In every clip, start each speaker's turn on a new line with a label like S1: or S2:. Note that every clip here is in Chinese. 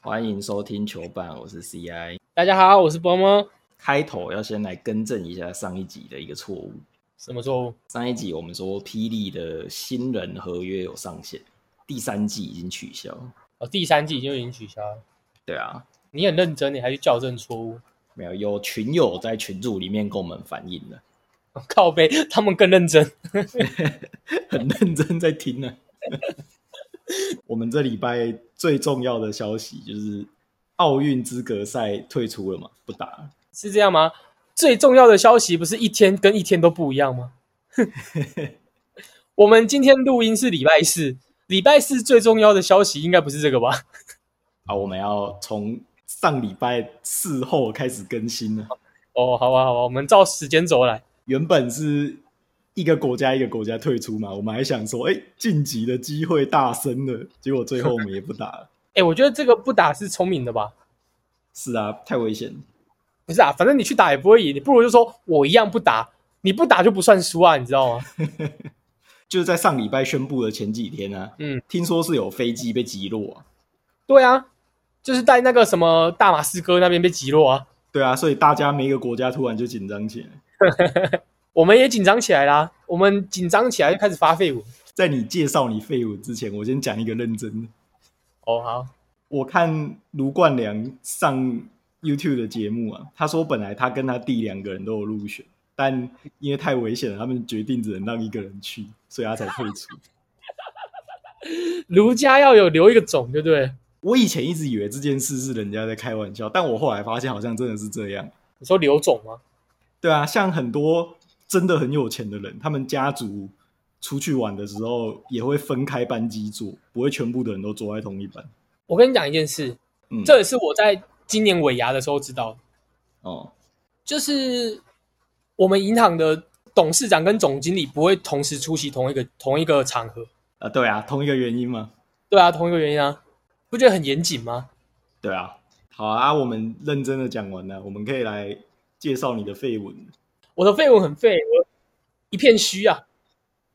S1: 欢迎收听球板，我是 CI。
S2: 大家好，我是波波。
S1: 开头要先来更正一下上一集的一个错误。
S2: 什么错误？
S1: 上一集我们说霹雳的新人合约有上限，第三季已经取消。
S2: 哦，第三季已经已经取消了。
S1: 对啊，
S2: 你很认真，你还去校正错误。
S1: 没有，有群友在群组里面跟我们反映了，
S2: 哦靠背，他们更认真。
S1: 很认真在听呢、 我们这礼拜最重要的消息就是奥运资格赛退出了嘛，不打了。
S2: 是这样吗？最重要的消息不是一天跟一天都不一样吗？ 我们今天录音是礼拜四，礼拜四最重要的消息应该不是这个吧？
S1: 啊，我们要从上礼拜四后开始更新了。
S2: 哦，好吧，好吧，我们照时间轴来。
S1: 原本是一个国家一个国家退出嘛，我们还想说，哎、晋级的机会大升了，结果最后我们也不打了。
S2: 哎，我觉得这个不打是聪明的吧？
S1: 是啊，太危险了。
S2: 不是啊，反正你去打也不会赢，你不如就说我一样不打，你不打就不算输啊，你知道吗？
S1: 就是在上礼拜宣布的前几天啊，
S2: 嗯，
S1: 听说是有飞机被击落、啊，
S2: 对啊，就是在那个什么大马士哥那边被击落啊，
S1: 对啊，所以大家每一个国家突然就紧张起来。
S2: 我们也紧张起来啦，我们紧张起来就开始发废物。
S1: 在你介绍你废物之前，我先讲一个认真的。
S2: 哦，好，
S1: 我看卢冠良上 YouTube 的节目啊，他说本来他跟他弟两个人都有入选，但因为太危险了，他们决定只能让一个人去，所以他才退出。
S2: 儒家要有留一个种，对不对了？
S1: 我以前一直以为这件事是人家在开玩笑，但我后来发现好像真的是这样。
S2: 你说留种吗？
S1: 对啊，像很多真的很有钱的人，他们家族出去玩的时候也会分开班机坐，不会全部的人都坐在同一班。
S2: 我跟你讲一件事，
S1: 嗯，
S2: 这也是我在今年尾牙的时候知道的，
S1: 哦，
S2: 就是我们银行的董事长跟总经理不会同时出席同一个同一个场合。
S1: 啊，对啊，同一个原因嘛。
S2: 对啊，同一个原因啊，不觉得很严谨吗？
S1: 对啊，好啊，我们认真的讲完了，我们可以来介绍你的绯闻。
S2: 我的废物很废，我一片虚啊。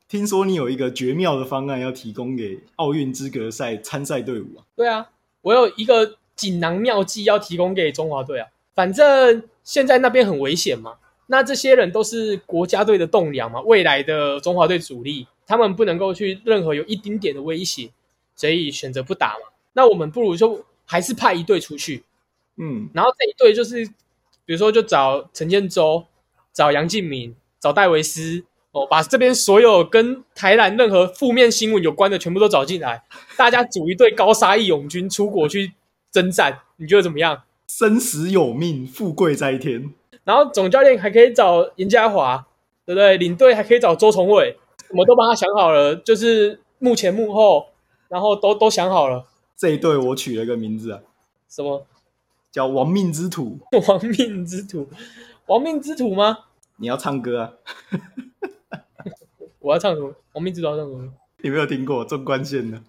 S1: 听说你有一个绝妙的方案要提供给奥运资格赛参赛队伍啊？
S2: 对啊，我有一个锦囊妙计要提供给中华队啊。反正现在那边很危险嘛，那这些人都是国家队的栋梁嘛，未来的中华队主力，他们不能够去任何有一丁点的威胁，所以选择不打嘛。那我们不如就还是派一队出去，
S1: 嗯，
S2: 然后这一队就是，比如说就找陈建州、找杨敬敏、找戴维斯，哦，把这边所有跟台南任何负面新闻有关的全部都找进来，大家组一队高沙义勇军出国去征战，你觉得怎么样？
S1: 生死有命，富贵在天。
S2: 然后总教练还可以找严家华，对不对？领队还可以找周崇伟，我们都帮他想好了，就是幕前幕后，然后都都想好了，
S1: 这一队我取了一个名字啊，
S2: 什么
S1: 叫亡命之徒。
S2: 亡命之徒，亡命之徒吗？
S1: 你要唱歌啊？
S2: 我要唱什么？亡命之徒要唱什么？
S1: 你没有听过纵贯线呢？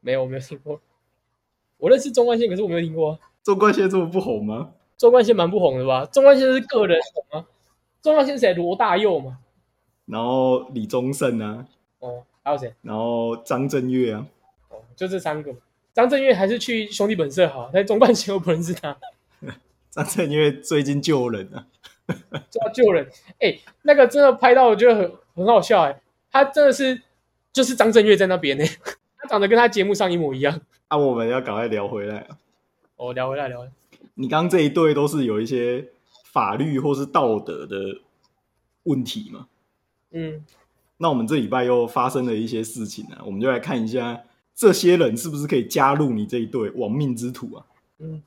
S2: 没有，我没有听过。我认识纵贯线，可是我没有听过啊。
S1: 纵贯线这么不红吗？
S2: 纵贯线蛮不红的吧？纵贯线是个人红啊。纵贯线谁？罗大佑嘛。
S1: 然后李宗盛啊，
S2: 哦，还有谁？
S1: 然后张震岳啊，
S2: 哦，就这三个嘛。张震岳还是去兄弟本色好，但纵贯线我不认识他，
S1: 张震岳最近救人啊。
S2: 就要救人。哎、那个真的拍到我觉得很很好笑哎、他真的是就是张震岳在那边呢、 他长得跟他节目上一模一样。
S1: 啊，我们要赶快聊回来啊。
S2: 哦，聊回来聊回来，
S1: 你刚刚这一对都是有一些法律或是道德的问题嘛？
S2: 嗯，
S1: 那我们这礼拜又发生了一些事情啊，我们就来看一下这些人是不是可以加入你这一对亡命之徒啊？
S2: 嗯，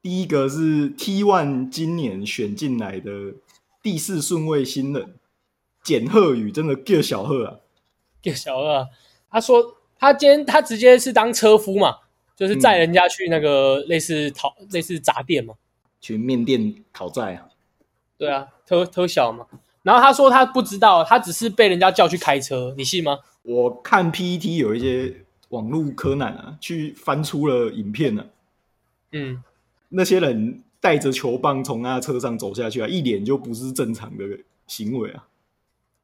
S1: 第一个是 T One 今年选进来的第四顺位新人简鹤宇，真的 g 小鹤啊，
S2: 给小二、啊，他说他今天他直接是当车夫嘛，就是载人家去那个类似淘、类似杂店嘛，
S1: 去面店讨债啊。
S2: 对啊，偷偷小嘛。然后他说他不知道，他只是被人家叫去开车，你信吗？
S1: 我看 PET 有一些网络柯南啊，去翻出了影片啊，
S2: 嗯，
S1: 那些人带着球棒从他的车上走下去啊，一脸就不是正常的行为啊。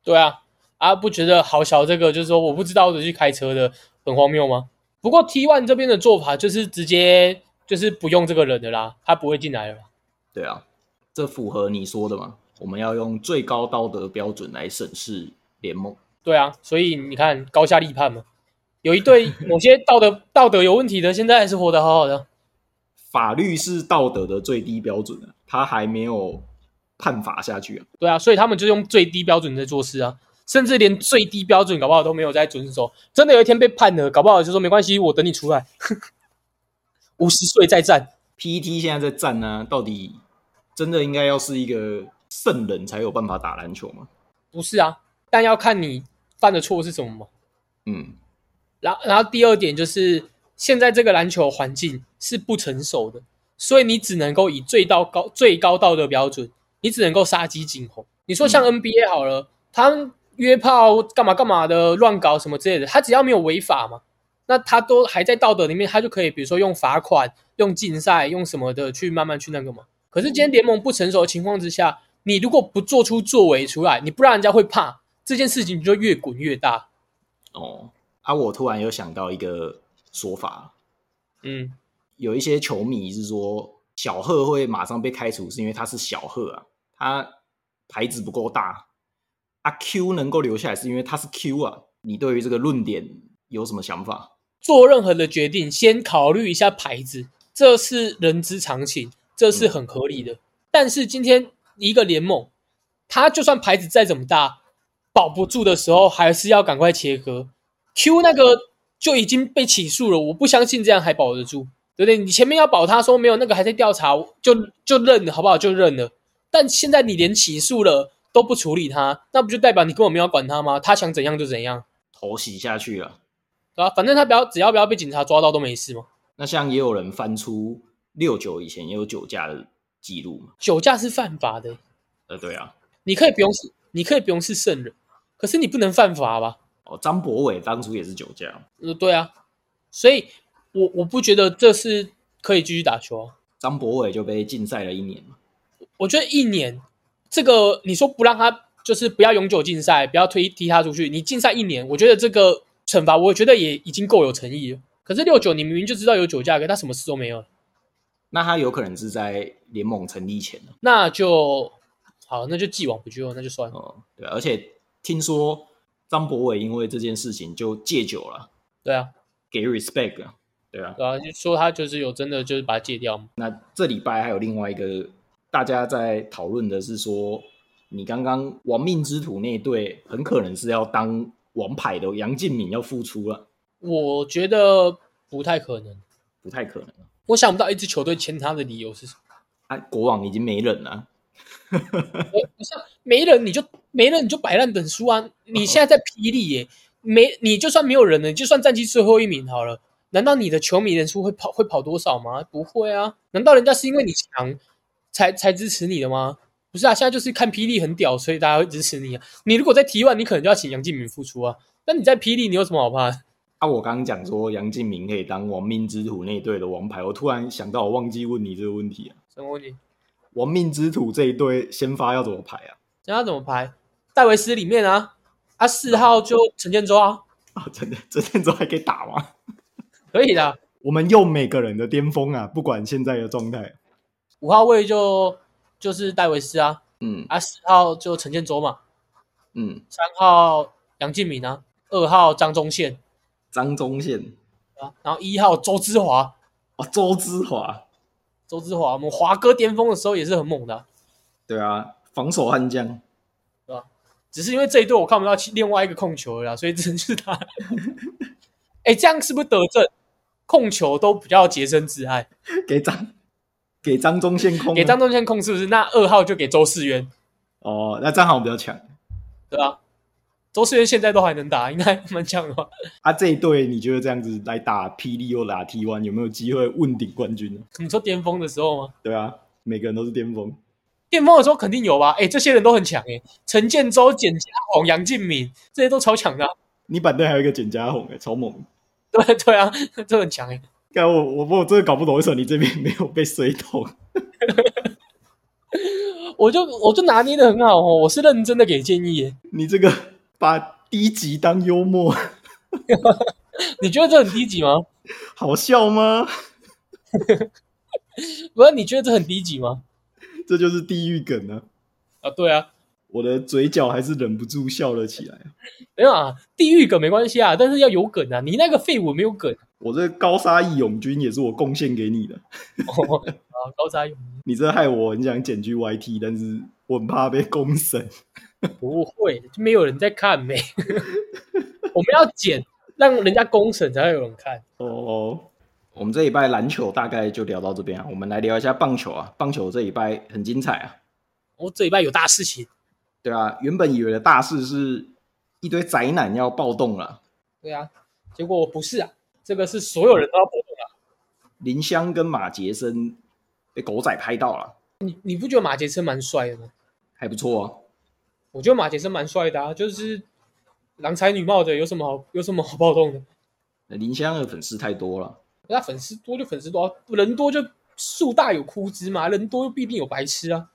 S2: 对啊，啊不觉得好小这个就是说我不知道的去开车的很荒谬吗？不过 T One 这边的做法就是直接就是不用这个人的啦，他不会进来了啦。
S1: 对啊，这符合你说的嘛？我们要用最高道德标准来审视联盟。
S2: 对啊，所以你看高下立判嘛，有一对某些道德道德有问题的，现在还是活得好好的。
S1: 法律是道德的最低标准啊，他还没有判罚下去啊。
S2: 对啊，所以他们就用最低标准在做事啊，甚至连最低标准搞不好都没有在遵守。真的有一天被判了，搞不好就说没关系，我等你出来， 五十岁再战。
S1: PET E 现在在战呢、到底真的应该要是一个圣人才有办法打篮球吗？
S2: 不是啊，但要看你犯的错是什么嘛。
S1: 嗯，
S2: 然后然后第二点就是，现在这个篮球环境是不成熟的，所以你只能够以最到高最高道德标准，你只能够杀鸡儆猴。你说像 NBA 好了，他们约炮干嘛干嘛的，乱搞什么之类的，他只要没有违法嘛，那他都还在道德里面，他就可以比如说用罚款、用禁赛、用什么的去慢慢去那个嘛。可是今天联盟不成熟的情况之下，你如果不做出作为出来，你不让人家会怕这件事情，就越滚越大。
S1: 哦，啊，我突然有想到一个说法，啊
S2: 嗯，
S1: 有一些球迷是说小贺会马上被开除，是因为他是小贺啊，他牌子不够大。啊 Q 能够留下来，是因为他是 Q 啊。你对于这个论点有什么想法？
S2: 做任何的决定，先考虑一下牌子，这是人之常情，这是很合理的。但是今天一个联盟，它就算牌子再怎么大，保不住的时候，还是要赶快切割。Q 那个就已经被起诉了，我不相信这样还保得住，对不对？你前面要保他说没有那个还在调查，就就认了好不好？就认了。但现在你连起诉了都不处理他，那不就代表你根本没有管他吗？他想怎样就怎样，
S1: 头洗下去了。
S2: 对吧、反正他不要只要不要被警察抓到都没事嘛。
S1: 那像也有人翻出六九以前也有酒驾的记录嘛？
S2: 酒驾是犯法的，
S1: 呃，对啊，
S2: 你可以不用是，你可以不用是圣人，可是你不能犯法吧？
S1: 哦，张博伟当初也是酒驾，
S2: 呃，对啊，所以我我不觉得这是可以继续打球、啊。
S1: 张博伟就被禁赛了一年嘛。
S2: 我觉得一年这个你说不让他就是不要永久禁赛，不要推踢他出去，你禁赛一年，我觉得这个惩罚我觉得也已经够有诚意了。可是六九你明明就知道有酒驾，可他什么事都没有，
S1: 那他有可能是在联盟成立前呢。
S2: 那就好，那就既往不咎，那就算了。
S1: 哦，对啊、而且听说张博伟因为这件事情就戒酒了，
S2: 对啊，
S1: 给 respect 啊，对啊。
S2: 对啊，就说他就是有真的就是把它戒掉嘛。
S1: 那这礼拜还有另外一个大家在讨论的是说，你刚刚亡命之徒那一队很可能是要当王牌的杨敬敏要复出了，
S2: 我觉得不太可能。
S1: 不太可能啊
S2: 我想不到一支球队签他的理由是什么。
S1: 啊，国王已经没人了，啊
S2: 不是啊没人你就没人你就摆烂等输啊！你现在在霹雳耶，没你就算没有人了，你就算战绩最后一名好了，难道你的球迷人数会跑会跑多少吗？不会啊！难道人家是因为你强才才支持你的吗？不是啊，现在就是看霹雳很屌，所以大家会支持你啊。你如果在 T one，你可能就要请杨敬敏复出啊。那你在霹雳，你有什么好怕的？
S1: 啊，我刚刚讲说杨敬明可以当亡命之徒那一队的王牌，我突然想到，我忘记问你这个问题啊。
S2: 什么问题？
S1: 亡命之徒这一队先发要怎么排啊？
S2: 那他怎么排？戴维斯里面啊，啊四号就陈建州啊，
S1: 啊，真的，这阵子还可以打吗？
S2: 可以的。
S3: 我们用每个人的巅峰啊，不管现在的状态，
S2: 五号位就就是戴维斯啊，
S1: 嗯
S2: 啊四号就陈建州嘛，
S1: 嗯，
S2: 三号杨敬敏啊，二号张宗宪
S1: 张宗宪
S2: 啊，然后一号周之华，
S1: 哦，周之华，
S2: 周之华我们华哥巅峰的时候也是很猛的啊、
S1: 对啊，防守悍将。
S2: 只是因为这一队我看不到其另外一个控球了啦，所以只能是他。哎、这样是不是得正？控球都比较洁身自爱，
S1: 给张给张忠宪空啊，
S2: 给张宗宪控是不是？那二号就给周世渊，
S1: 哦，那张好像比较强
S2: 对吧、周世渊现在都还能打， 应该蛮强的吧？
S3: 啊，这一队你觉得这样子来打霹雳又打 T one 有没有机会问鼎冠军呢？
S2: 你说巅峰的时候吗？
S3: 对啊，每个人都是巅峰，
S2: 巅峰的时候肯定有吧？哎、这些人都很强哎、陈建州、简家宏、杨敬敏这些都超强的啊、
S3: 你板凳还有一个简家宏、欸，超猛！
S2: 对对啊， 这很强哎、
S3: 但我我我真的搞不懂为什么你这边没有被水桶。
S2: 我就我就拿捏的很好哦，我是认真的给建议、欸。
S3: 你这个把低级当幽默，
S2: 你觉得这很低级吗？
S3: 好笑吗？
S2: 不是你觉得这很低级吗？
S3: 这就是地狱梗啊！
S2: 啊，对啊，
S3: 我的嘴角还是忍不住笑了起来。
S2: 没有啊，地狱梗没关系啊，但是要有梗啊。你那个废物没有梗
S3: 我这高沙义勇军也是我贡献给你的，
S2: 哦， 啊，高扎勇
S3: 你这害我很想剪去 YT，但是我很怕被公审。
S2: 不会，就没有人在看没。 我们要剪，让人家公审才会有人看。
S3: 哦哦，
S1: 我们这礼拜篮球大概就聊到这边啊，我们来聊一下棒球啊。棒球这礼拜很精彩啊，
S2: 我、这礼拜有大事情。
S1: 对啊，原本以为的大事是一堆宅男要暴动了，
S2: 对啊，结果不是啊，这个是所有人都要波动啊。
S1: 林湘跟马杰森被狗仔拍到了，
S2: 你你不觉得马杰森蛮帅的吗？
S1: 还不错啊。
S2: 我觉得马杰森蛮帅的啊，就是郎才女貌的，有什么好有什么好暴动的？
S1: 林湘的粉丝太多了，
S2: 那粉丝多就粉丝多啊，人多就树大有枯枝嘛，人多就必定有白痴啊。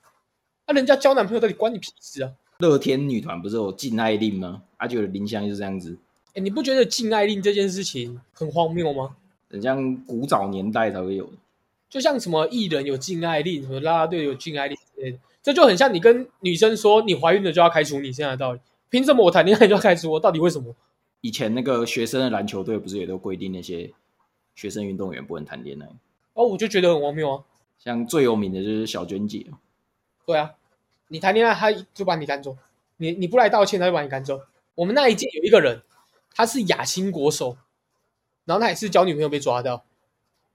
S2: 那、人家交男朋友到底关你屁事啊？
S1: 乐天女团不是有禁爱令吗？啊，觉得林湘就是这样子，
S2: 哎，你不觉得禁爱令这件事情很荒谬吗？
S1: 很像古早年代才会有的。
S2: 就像什么艺人有禁爱令，什么啦啦队有禁爱令之类的，这就很像你跟女生说你怀孕了就要开除你，这样的道理。凭什么我谈恋爱就要开除我？到底为什么？
S1: 以前那个学生的篮球队不是也都规定那些学生运动员不能谈恋爱？
S2: 哦，我就觉得很荒谬啊。
S1: 像最有名的就是小娟姐，
S2: 对啊，你谈恋爱他就把你赶走，你你不来道歉他就把你赶走。我们那一届有一个人，他是亚新国手，然后他也是交女朋友被抓到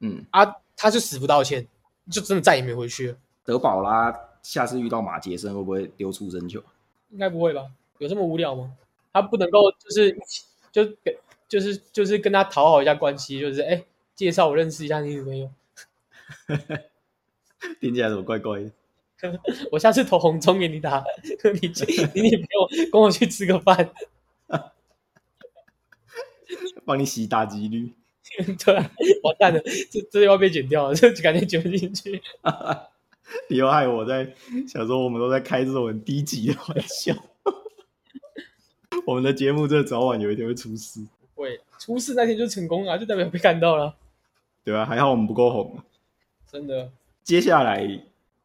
S1: 嗯，
S2: 啊，他就死不道歉，就真的再也没回去了。
S1: 德保拉下次遇到马杰森会不会丢出生球？
S2: 应该不会吧？有这么无聊吗？他不能够就是就跟就是就是跟他讨好一下关系，就是哎、介绍我认识一下你女朋友，
S3: 听起来怎么怪怪的？
S2: 我下次投红中给你打， 你去你女朋友跟我去吃个饭，
S3: 帮你洗打击率。
S2: 对、啊，完蛋了，这这又要被剪掉了， 这感觉剪不进去。
S3: 你又害我在想说，我们都在开这种很低级的玩笑。 我们的节目这早晚有一天会出事，
S2: 会出事那天就成功了，啊就代表被看到了，
S3: 对吧、还好我们不够红。
S2: 真的。
S3: 接下来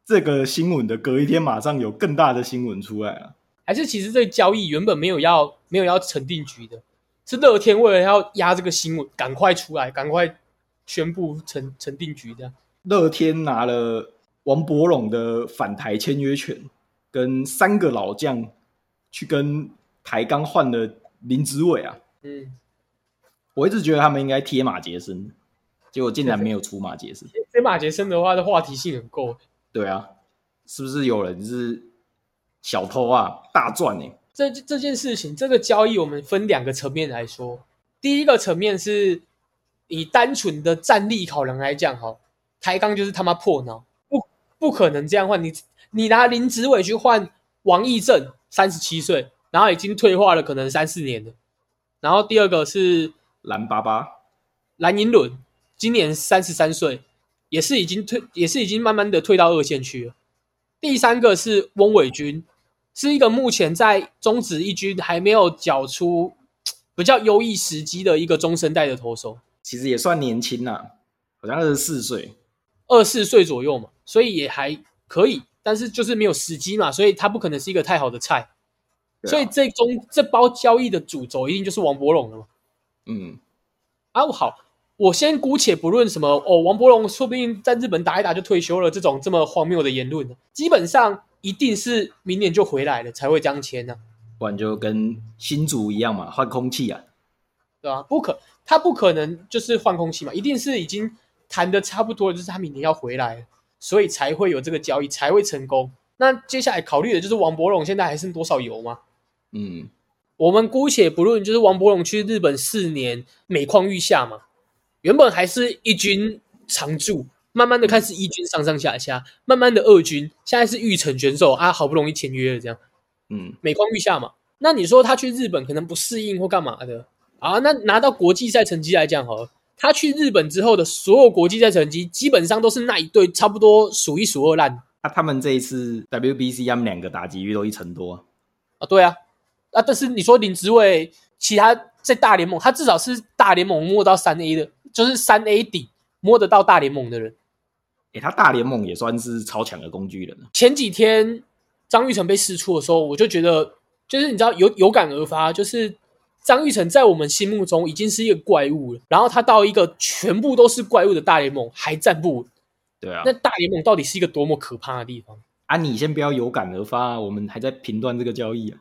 S3: 这个新闻的隔一天，马上有更大的新闻出来啊了。
S2: 还是其实这个交易原本没有要没有要成定局的，是乐天为了要压这个新闻，赶快出来，赶快宣布成成定局这样。
S3: 乐天拿了王伯龙的返台签约权，跟三个老将去跟台钢换了林子伟啊。
S2: 嗯，
S1: 我一直觉得他们应该贴马杰森，结果竟然没有出马杰森。
S2: 这马杰森的话的话题性很够，
S1: 对啊，是不是有人是小偷啊？大赚呢、
S2: 这这件事情，这个交易我们分两个层面来说。第一个层面是以单纯的战力考量来讲，哈，台钢就是他妈破脑，不不可能这样换。你你拿林子伟去换王义正，三十七岁，然后已经退化了可能三四年了。然后第二个是
S1: 蓝巴巴
S2: 蓝银伦，今年三十三岁，也是已经退，也是已经慢慢的退到二线去了。第三个是翁伟军，是一个目前在中职一军还没有缴出比较优异时机的一个中生代的投手，
S1: 其实也算年轻啦、好像二十四岁。
S2: 二四岁左右嘛，所以也还可以，但是就是没有时机嘛，所以他不可能是一个太好的菜。
S1: 对啊
S2: 所以这中这包交易的主轴一定就是王伯龙了嘛。
S1: 嗯，
S2: 啊，我好，我先姑且不论什么哦，王伯龙说不定在日本打一打就退休了，这种这么荒谬的言论呢，基本上一定是明年就回来了才会这样签呢、啊
S1: 不然就跟新竹一样嘛，换空气啊。
S2: 对吧、不可，他不可能就是换空气嘛，一定是已经谈的差不多了，就是他明年要回来了，所以才会有这个交易，才会成功。那接下来考虑的就是王伯龙现在还剩多少油吗？
S1: 嗯，
S2: 我们姑且不论，就是王伯龙去日本四年，每况愈下嘛。原本还是一军常驻，慢慢的开始一军上上下下，慢慢的二军，现在是玉成选手啊，好不容易签约了，这样
S1: 嗯，
S2: 每况愈下嘛。那你说他去日本可能不适应或干嘛的啊？那拿到国际赛成绩来讲好了，他去日本之后的所有国际赛成绩，基本上都是那一队差不多数一数二烂的
S1: 那、啊他们这一次 WBC 他们两个打击率都一成多啊、
S2: 啊，对啊，啊，但是你说林志伟，其他在大联盟，他至少是大联盟摸到三 A 的，就是三 A 底，摸得到大联盟的人。
S1: 诶、他大联盟也算是超强的工具人了。啊
S2: 前几天张玉成被释出的时候，我就觉得，就是你知道有有感而发，就是张玉成在我们心目中已经是一个怪物了，然后他到一个全部都是怪物的大联盟还站不稳，
S1: 对啊，
S2: 那大联盟到底是一个多么可怕的地方？
S1: 啊，你先不要有感而发、啊，我们还在评断这个交易啊。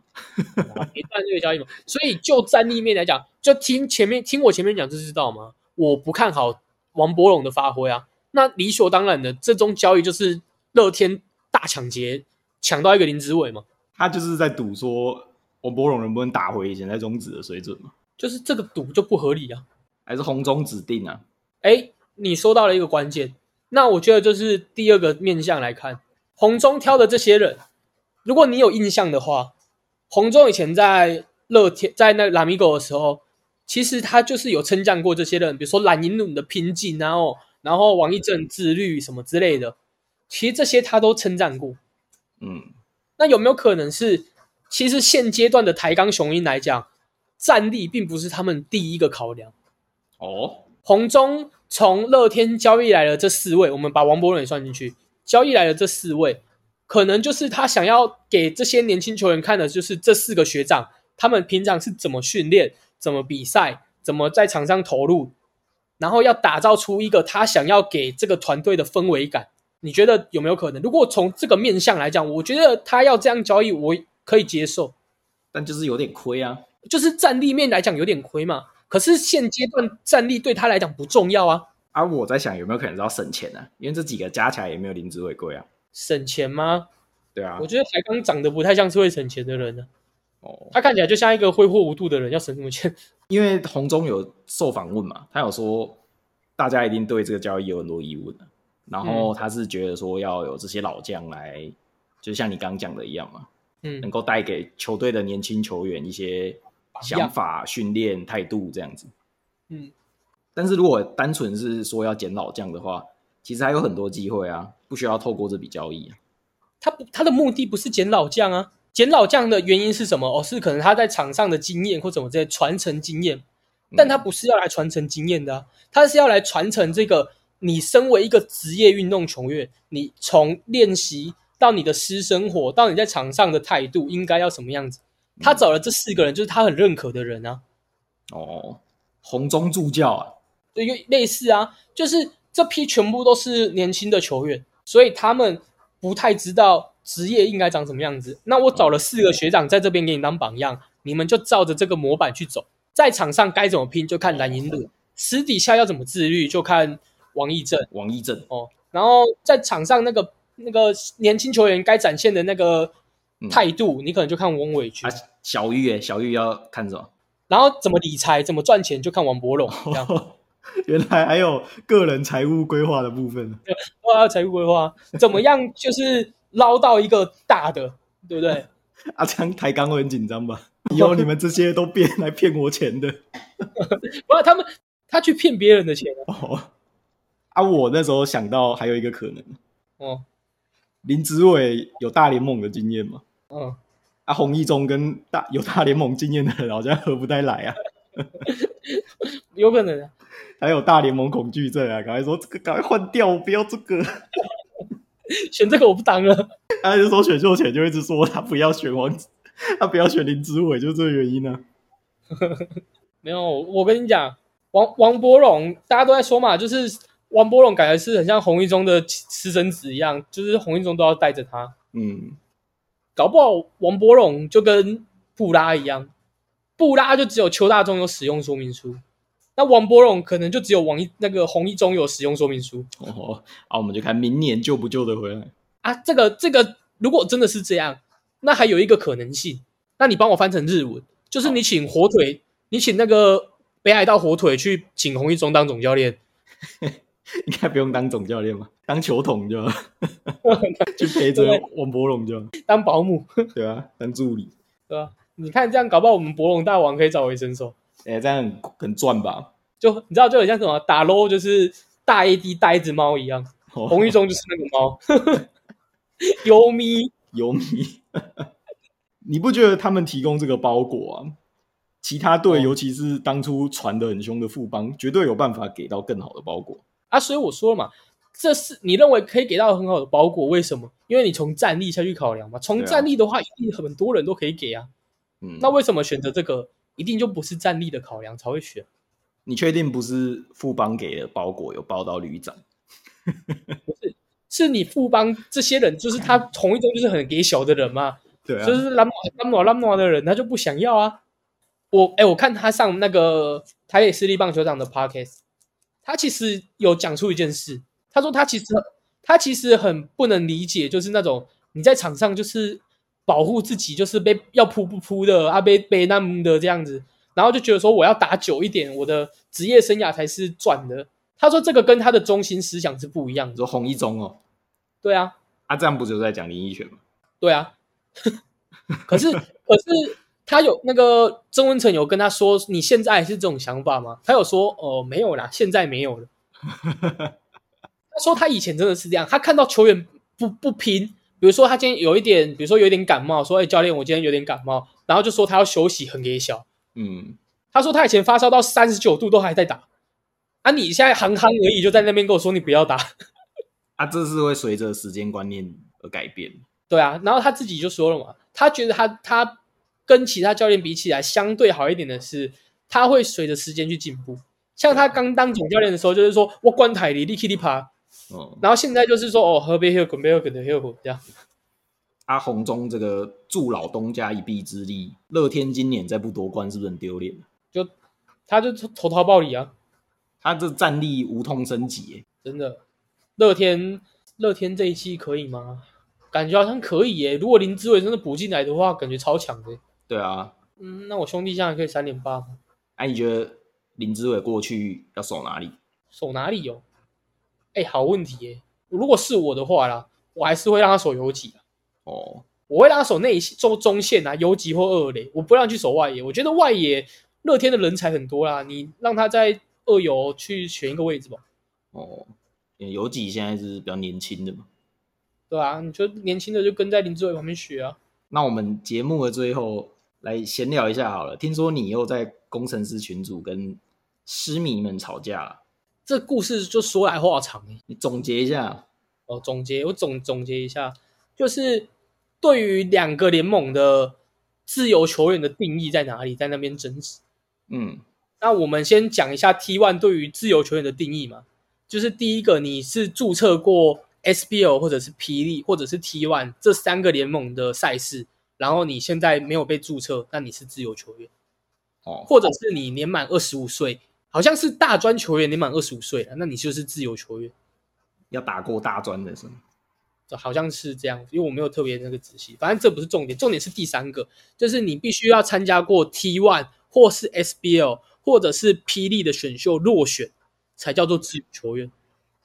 S2: 别断这个交易嘛。所以就战力面来讲，就听前面听我前面讲就知道嘛，我不看好王伯龙的发挥啊。那理所当然的，这宗交易就是乐天大抢劫，抢到一个林子伟嘛，
S1: 他就是在赌说王柏荣能不能打回以前在中职的水准嘛，
S2: 就是这个赌就不合理啊。
S1: 还是红中指定啊？
S2: 哎，你说到了一个关键，那我觉得就是第二个面向来看，红中挑的这些人，如果你有印象的话，红中以前在乐天在那拉米狗的时候，其实他就是有称赞过这些人，比如说蓝银努的拼劲，然后哦然后王一正自律什么之类的，其实这些他都称赞过。
S1: 嗯，
S2: 那有没有可能是，其实现阶段的台钢雄鹰来讲，战力并不是他们第一个考量。
S1: 哦，
S2: 红中从乐天交易来了这四位，我们把王伯伦也算进去，交易来了这四位，可能就是他想要给这些年轻球员看的，就是这四个学长他们平常是怎么训练、怎么比赛、怎么在场上投入，然后要打造出一个他想要给这个团队的氛围感。你觉得有没有可能？如果从这个面向来讲，我觉得他要这样交易，我可以接受。
S1: 但就是有点亏啊。
S2: 就是战力面来讲有点亏嘛，可是现阶段战力对他来讲不重要啊。
S1: 啊，我在想有没有可能是要省钱啊？因为这几个加起来也没有林子伟贵啊。
S2: 省钱吗？
S1: 对啊
S2: 我，觉得台刚长得不太像是会省钱的人呢、啊
S1: 哦，
S2: 他看起来就像一个挥霍无度的人，要省什么钱？
S1: 因为红中有受访问嘛，他有说大家一定对这个交易有很多疑问、啊、然
S2: 嗯
S1: 后他是觉得说要有这些老将来，就像你刚讲的一样嘛，
S2: 嗯
S1: 能，够带给球队的年轻球员一些想法、训练态度这样子。
S2: 嗯，
S1: 但是如果单纯是说要捡老将的话，其实还有很多机会啊，不需要透过这笔交易、啊。
S2: 他不他的目的不是捡老将啊，捡老将的原因是什么？哦，是可能他在场上的经验或怎么之类传承经验，但
S1: 嗯
S2: 他不是要来传承经验的、啊，他是要来传承这个你身为一个职业运动球员，你从练习到你的私生活，到你在场上的态度应该要什么样子。他找了这四个人，就是他很认可的人啊，
S1: 哦，红中助教啊，
S2: 对，因为类似啊，就是这批全部都是年轻的球员，所以他们不太知道职业应该长什么样子。那我找了四个学长在这边给你当榜样，你们就照着这个模板去走，在场上该怎么拼就看蓝银路，私底下要怎么自律就看王义正
S1: 王一正，
S2: 哦，然后在场上那个那个年轻球员该展现的那个
S1: 嗯
S2: 态度，你可能就看翁伟君
S1: 啊，，小玉诶，小玉要看什么？
S2: 然后怎么理财、怎么赚钱就看王伯 龙这样。
S3: 原来还有个人财务规划的部分。
S2: 我要财务规划，怎么样就是捞到一个大的，对不对？
S3: 阿强抬杠会很紧张吧？以后你们这些都变来骗我钱的
S2: 不然他们他去骗别人的钱啊
S3: 哦。啊，我那时候想到还有一个可能，
S2: 哦，
S3: 林子伟有大联盟的经验嘛？
S2: 嗯，
S3: 啊，洪一中跟大有大联盟经验的人好像合不太来啊，
S2: 有可能啊。
S3: 还有大联盟恐惧症啊，赶快说这个赶快换掉，我不要这个。
S2: 选这个我不当了，
S3: 他就说选秀前就一直说他不要选王， 他不要选林子伟，就这个原因啊呢、
S2: 没有。我跟你讲，王王伯荣，大家都在说嘛，就是王伯荣感觉是很像洪一中的私生子一样，就是洪一中都要带着他。
S1: 嗯，
S2: 搞不好王伯荣就跟布拉一样，布拉就只有邱大中有使用说明书，那王伯荣可能就只有王一那个洪一中有使用说明书。
S1: 哦，啊，我们就看明年救不救得回来。
S2: 啊，这个这个，如果真的是这样，那还有一个可能性，那你帮我翻成日文，就是你请火腿，你请那个北海道火腿去请红一中当总教练，
S3: 应该不用当总教练吧，当球童就好去陪着王博龙就好，
S2: 当保姆，
S3: 对啊，当助理，
S2: 对吧？你看这样搞不好我们博龙大王可以找回身手，
S3: 哎、这样很很赚吧？
S2: 就你知道就很像什么打 low 就是大 AD 带一只猫一样，
S3: 哦
S2: 红一中就是那个猫， 优咪，
S3: 油迷， 你不觉得他们提供这个包裹啊？哦其他队，尤其是当初传的很凶的富邦，绝对有办法给到更好的包裹。
S2: 啊，所以我说了嘛，这是你认为可以给到很好的包裹，为什么？因为你从战力下去考量嘛，从
S1: 对啊
S2: 战力的话，一定很多人都可以给啊。
S1: 嗯，
S2: 那为什么选择这个？一定就不是战力的考量才会选。
S1: 你确定不是富邦给的包裹有包到旅长？
S2: 是你富邦这些人，就是他同一中就是很给小的人嘛，
S3: 对啊
S2: 就，是拉姆拉姆拉姆的人，他就不想要啊。我哎、我看他上那个台北市立棒球场的 podcast，他其实有讲出一件事，他说他其实他其实很不能理解，就是那种你在场上就是保护自己，就是被要扑不扑的啊，被被那么的这样子，然后就觉得说我要打久一点，我的职业生涯才是赚的。他说这个跟他的中心思想是不一样
S1: 你
S2: 的。
S1: 说红一中哦，
S2: 对啊，
S1: 啊，这样不就在讲林奕璇吗？
S2: 对啊， 可是可是他有那个曾文成有跟他说你现在还是这种想法吗？他有说哦、没有啦，现在没有了。他说他以前真的是这样，他看到球员不不拼，比如说他今天有一点，比如说有一点感冒，说哎、教练我今天有点感冒，然后就说他要休息，很给小。
S1: 嗯，
S2: 他说他以前发烧到三十九度都还在打，啊你现在行行而已就在那边跟我说你不要打，
S1: 啊，这是会随着时间观念而改变。
S2: 对啊，然后他自己就说了嘛，他觉得他他跟其他教练比起来，相对好一点的是，他会随着时间去进步。像他刚当总教练的时候，就是说我关台里立起立爬，
S1: 哦、
S2: 然后现在就是说哦，河北又滚，北又滚的又滚这样。
S1: 阿啊红中这个助老东家一臂之力，乐天今年再不夺冠是不是很丢脸？
S2: 他就投桃报李啊，
S1: 他这战力无痛升级欸耶、
S2: 真的。乐天乐天这一期可以吗？感觉好像可以耶、如果林志伟真的补进来的话，感觉超强的耶、
S1: 对啊，
S2: 嗯，那我兄弟这样可以三连霸吗？
S1: 哎、你觉得林志伟过去要守哪里？
S2: 手哪里有？哎、好问题耶、如果是我的话啦，我还是会让他守游击啊，
S1: 哦，
S2: 我会让他守内线中中线啊，游击或二垒，我不让他去守外野。我觉得外野乐天的人才很多啦，你让他在二游去选一个位置吧，
S1: 哦，尤几现在是比较年轻的嘛。
S2: 对吧、啊？你就年轻的就跟在林志伟旁边学啊。
S1: 那我们节目的最后来闲聊一下好了。听说你又在工程师群组跟师迷们吵架了，
S2: 这故事就说来话长耶
S1: 你总结一下。
S2: 哦，总结我总总结一下，就是对于两个联盟的自由球员的定义在哪里，在那边争执。
S1: 嗯
S2: 那我们先讲一下 T one 对于自由球员的定义嘛，就是第一个你是注册过 SBL 或者是霹雳或者是 T one 这三个联盟的赛事，然后你现在没有被注册，那你是自由球员，
S1: 哦，
S2: 或者是你年满二十五岁，好像是大专球员年满二十五岁了，那你就是自由球员，
S1: 要打过大专的是吗？
S2: 好像是这样，因为我没有特别那个仔细，反正这不是重点，重点是第三个，就是你必须要参加过 T one 或是 SBL 或者是霹雳的选秀落选，才叫做自由球员。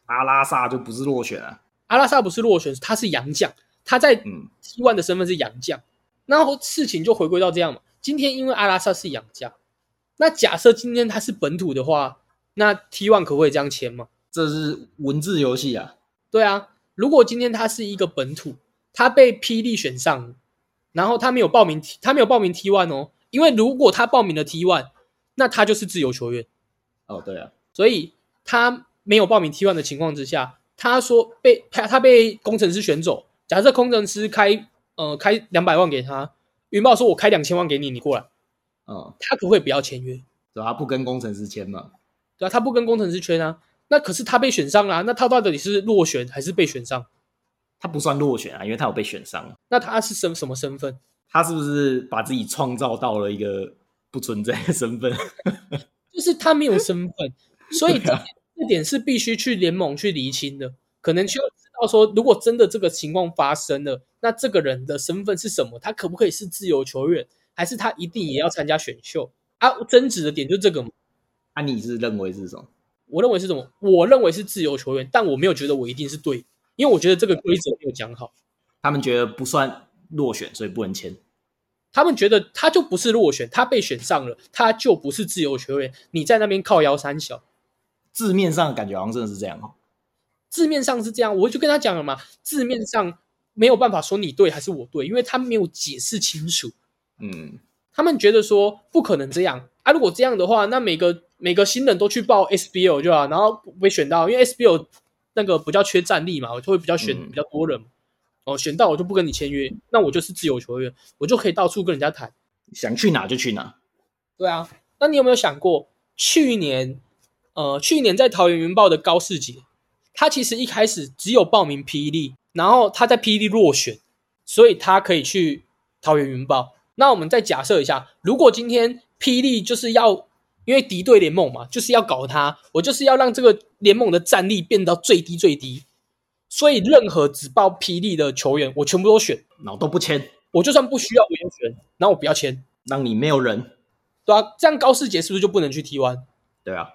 S1: 阿拉萨就不是落选啊。
S2: 阿拉萨不是落选，他是洋将，他在
S1: 嗯
S2: T one 的身份是洋将。然后事情就回归到这样嘛，今天因为阿拉萨是洋将，那假设今天他是本土的话，那 T one 可不可以这样签嘛？
S1: 这是文字游戏啊。
S2: 对啊，如果今天他是一个本土，他被霹雳选上，然后他没有报名，他没有报名 T one 哦，因为如果他报名了 T one，那他就是自由球员。
S1: 哦，对啊，
S2: 所以他没有报名 T1 的情况之下，他说被他他被工程师选走。假设工程师开呃开两百万给他，云豹说我开两千万给你，你过来，
S1: 嗯，
S2: 他可不可以不要签约？
S1: 对啊，不跟工程师签嘛。
S2: 对啊，他不跟工程师签啊。那可是他被选上啦、啊那他到底是落选还是被选上？
S1: 他不算落选啊，因为他有被选上。
S2: 那他是什什么身份？
S1: 他是不是把自己创造到了一个不存在的身份？
S2: 就是他没有身份，所以这
S1: 对啊
S2: 点这点是必须去联盟去厘清的。可能需要知道说，如果真的这个情况发生了，那这个人的身份是什么？他可不可以是自由球员，还是他一定也要参加选秀啊？争执的点就这个嘛。
S1: 啊，你是认为是什么？
S2: 我认为是什么？我认为是自由球员，但我没有觉得我一定是对，因为我觉得这个规则没有讲好。
S1: 他们觉得不算落选，所以不能签。
S2: 他们觉得他就不是落选，他被选上了，他就不是自由球员。你在那边靠摇三小，
S1: 字面上感觉好像真的是这样哦。
S2: 字面上是这样，我就跟他讲了嘛，字面上没有办法说你对还是我对，因为他没有解释清楚。
S1: 嗯，
S2: 他们觉得说不可能这样，啊，如果这样的话，那每个每个新人都去报 SBL 就好，然后被选到，因为 SBL 那个比较缺战力嘛，我就会比较选
S1: 嗯
S2: 比较多人。哦，选到我就不跟你签约，那我就是自由球员，我就可以到处跟人家谈。
S1: 想去哪就去哪。
S2: 对啊，那你有没有想过，去年，呃，去年在桃园云豹的高世杰，他其实一开始只有报名霹雳，然后他在霹雳落选，所以他可以去桃园云豹。那我们再假设一下，如果今天霹雳就是要，因为敌对联盟嘛，就是要搞他，我就是要让这个联盟的战力变到最低最低，所以任何只报霹雳的球员，我全部都选，
S1: 然后都不签，
S2: 我就算不需要我也选，然后我不要签，
S1: 让你没有人。
S2: 对啊，这样高世杰是不是就不能去 T 1
S1: 对啊，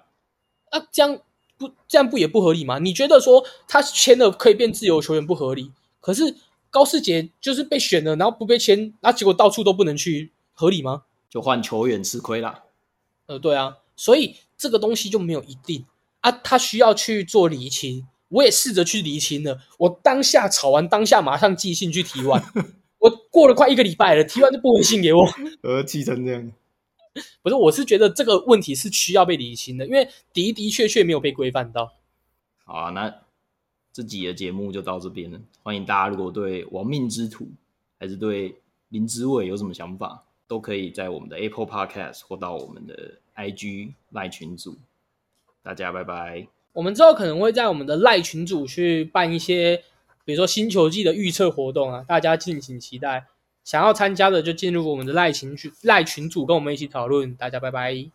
S2: 那这样不这样不也不合理吗？你觉得说他签了可以变自由球员不合理，可是高世杰就是被选了，然后不被签，那结果到处都不能去，合理吗？
S1: 就换球员吃亏啦。
S2: 呃，对啊，所以这个东西就没有一定啊，他需要去做厘清。我也试着去厘清了，我当下吵完，当下马上寄信去提 完。我过了快一个礼拜了，提完就不回信给我。
S3: 呃，气成这样，
S2: 不是，我是觉得这个问题是需要被厘清的，因为的的确确没有被规范到。
S1: 好啊，那这集的节目就到这边了。欢迎大家，如果对亡命之徒还是对林志伟有什么想法，都可以在我们的 Apple Podcast 或到我们的 IG 赖群组。大家拜拜。
S2: 我们之后可能会在我们的赖群组去办一些，比如说新球季的预测活动啊，大家敬请期待。想要参加的就进入我们的赖群组，赖群组跟我们一起讨论。大家拜拜。